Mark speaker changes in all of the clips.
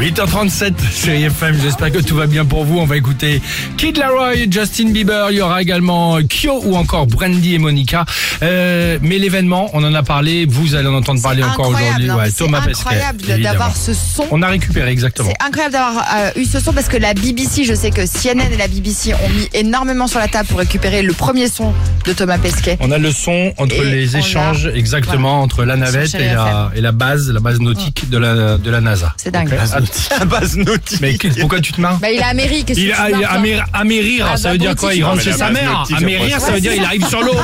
Speaker 1: 8h37 chez FM, j'espère que tout va bien pour vous. On va écouter Kid Laroi, Justin Bieber, il y aura également Kyo ou encore Brandy et Monica. Euh, mais l'événement, on en a parlé, vous allez en entendre parler encore
Speaker 2: Incroyable,
Speaker 1: aujourd'hui.
Speaker 2: non, mais
Speaker 1: Ouais,
Speaker 2: c'est
Speaker 1: Thomas Pesquet.
Speaker 2: incroyable
Speaker 1: évidemment.
Speaker 2: d'avoir ce son.
Speaker 1: On a récupéré, exactement.
Speaker 2: C'est incroyable d'avoir euh, eu ce son parce que la BBC, je sais que CNN et la BBC ont mis énormément sur la table pour récupérer le premier son de Thomas Pesquet.
Speaker 1: On a le son entre
Speaker 2: Et
Speaker 1: les
Speaker 2: on
Speaker 1: échanges, exactement, entre la navette
Speaker 2: Sur Chérie
Speaker 1: et la, et la base, la base nautique de, la, de la NASA.
Speaker 2: Mm. C'est dingue.
Speaker 1: Ok. Ah,
Speaker 3: La base nautique.
Speaker 1: mais que- pourquoi tu te marres
Speaker 2: Bah, il est américain.
Speaker 1: Il a, il a- amér- amérir,
Speaker 2: Ah,
Speaker 1: ça
Speaker 2: bah,
Speaker 1: veut dire
Speaker 2: bon,
Speaker 1: quoi Il
Speaker 2: si, si.
Speaker 1: rentre
Speaker 3: Non, mais
Speaker 1: chez
Speaker 3: la
Speaker 1: sa
Speaker 3: base
Speaker 1: mère.
Speaker 3: nautique,
Speaker 1: Amérir,
Speaker 3: après,
Speaker 1: ça veut dire il arrive sur l'eau.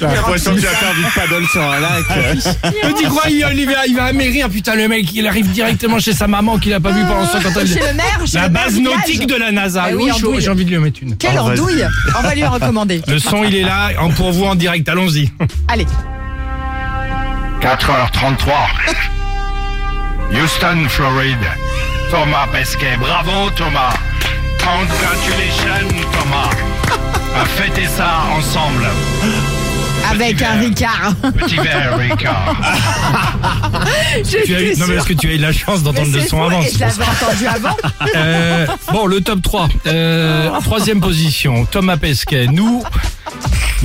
Speaker 3: J'ai l'impression que j'ai faire du paddle sur un lac.
Speaker 1: Tu crois il, il va, il va amérir hein, Putain, le mec, il arrive directement chez sa maman qu'il a pas vu pendant 50 ans.
Speaker 2: Euh, Chez le maire, chez
Speaker 1: La
Speaker 2: le maire
Speaker 1: base
Speaker 2: du village.
Speaker 1: nautique de la NASA.
Speaker 2: Ah oui,
Speaker 1: Oui,
Speaker 2: en
Speaker 1: chaud,
Speaker 2: douille.
Speaker 1: j'ai envie de lui en mettre une.
Speaker 2: Quelle
Speaker 3: Ah, vas-y.
Speaker 2: andouille On va lui en recommander.
Speaker 1: Le son, il est là, en- pour vous en direct. Allons-y.
Speaker 2: Allez.
Speaker 4: 4h33. Houston, Floride. Thomas Pesquet. Bravo, Thomas. Congratulations, Thomas. À fêter ça ensemble.
Speaker 2: Avec un Ricard.
Speaker 4: Petit verre, Ricard.
Speaker 1: Tu as eu-
Speaker 2: J'étais
Speaker 1: non, mais
Speaker 2: sûre.
Speaker 1: est-ce que tu as eu de la chance
Speaker 2: Mais
Speaker 1: d'entendre le
Speaker 2: c'est
Speaker 1: son
Speaker 2: fou,
Speaker 1: avant
Speaker 2: et
Speaker 1: c'est
Speaker 2: je
Speaker 1: pour
Speaker 2: l'avais entendu avant.
Speaker 1: Euh, bon, le top 3. Euh, troisième position, Thomas Pesquet. Nous,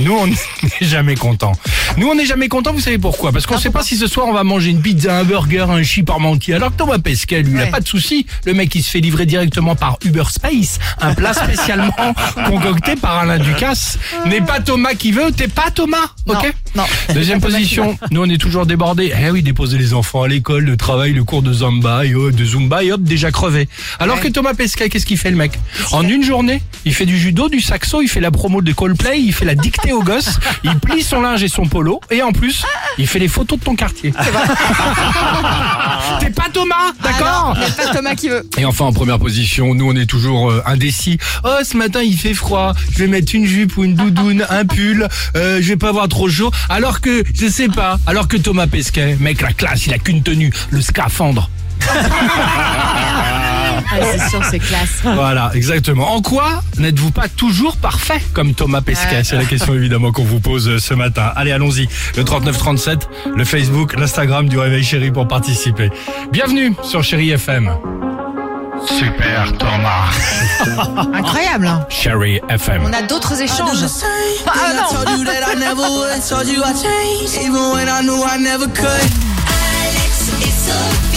Speaker 1: nous on n'est jamais contents. Nous, on n'est jamais contents, vous savez pourquoi Parce qu'on ne sait pas si ce soir on va manger une pizza, un burger, un chip parmentier. Alors que Thomas Pesquet, lui, il a
Speaker 2: Ouais.
Speaker 1: pas de souci. Le mec, il se fait livrer directement par Uber Space, un plat spécialement concocté par Alain Ducasse. N'est pas Thomas qui veut, t'es pas Thomas, ok
Speaker 2: Non, non.
Speaker 1: Deuxième position, nous on est toujours débordés. Eh oui, déposer les enfants à l'école, le travail, le cours de Zumba et oh, de Zumba et hop, déjà crevé. Alors que Thomas Pesquet, qu'est-ce qu'il fait le mec En une journée, il fait du judo, du saxo, il fait la promo de Coldplay, il fait la dictée aux gosses, il plie son linge et son polo et en plus, il fait les photos de ton quartier. T'es pas Thomas,
Speaker 2: Ah
Speaker 1: d'accord
Speaker 2: non, il y a pas Thomas qui veut.
Speaker 1: et enfin en première position, nous on est toujours euh, indécis. Oh ce matin il fait froid, je vais mettre une jupe ou une doudoune, un pull, euh, je vais pas avoir trop chaud. Alors que je sais pas, alors que Thomas Pesquet, mec la classe, il a qu'une tenue, le scaphandre.
Speaker 2: Ah, c'est sûr, c'est classe.
Speaker 1: Voilà, exactement. En quoi n'êtes-vous pas toujours parfait comme Thomas Pesquet C'est la question évidemment qu'on vous pose euh, ce matin. Allez, allons-y. Le 3937, le Facebook, l'Instagram du Réveil Chéri pour participer. Bienvenue sur Chéri FM.
Speaker 4: Super, Thomas.
Speaker 2: Incroyable. hein.
Speaker 1: Chéri FM.
Speaker 2: On a d'autres échanges.
Speaker 5: Then
Speaker 2: Ah
Speaker 5: I
Speaker 2: non.
Speaker 5: told you that I never would, told you I changed, even when I knew I never could.
Speaker 6: Alex et Sophie.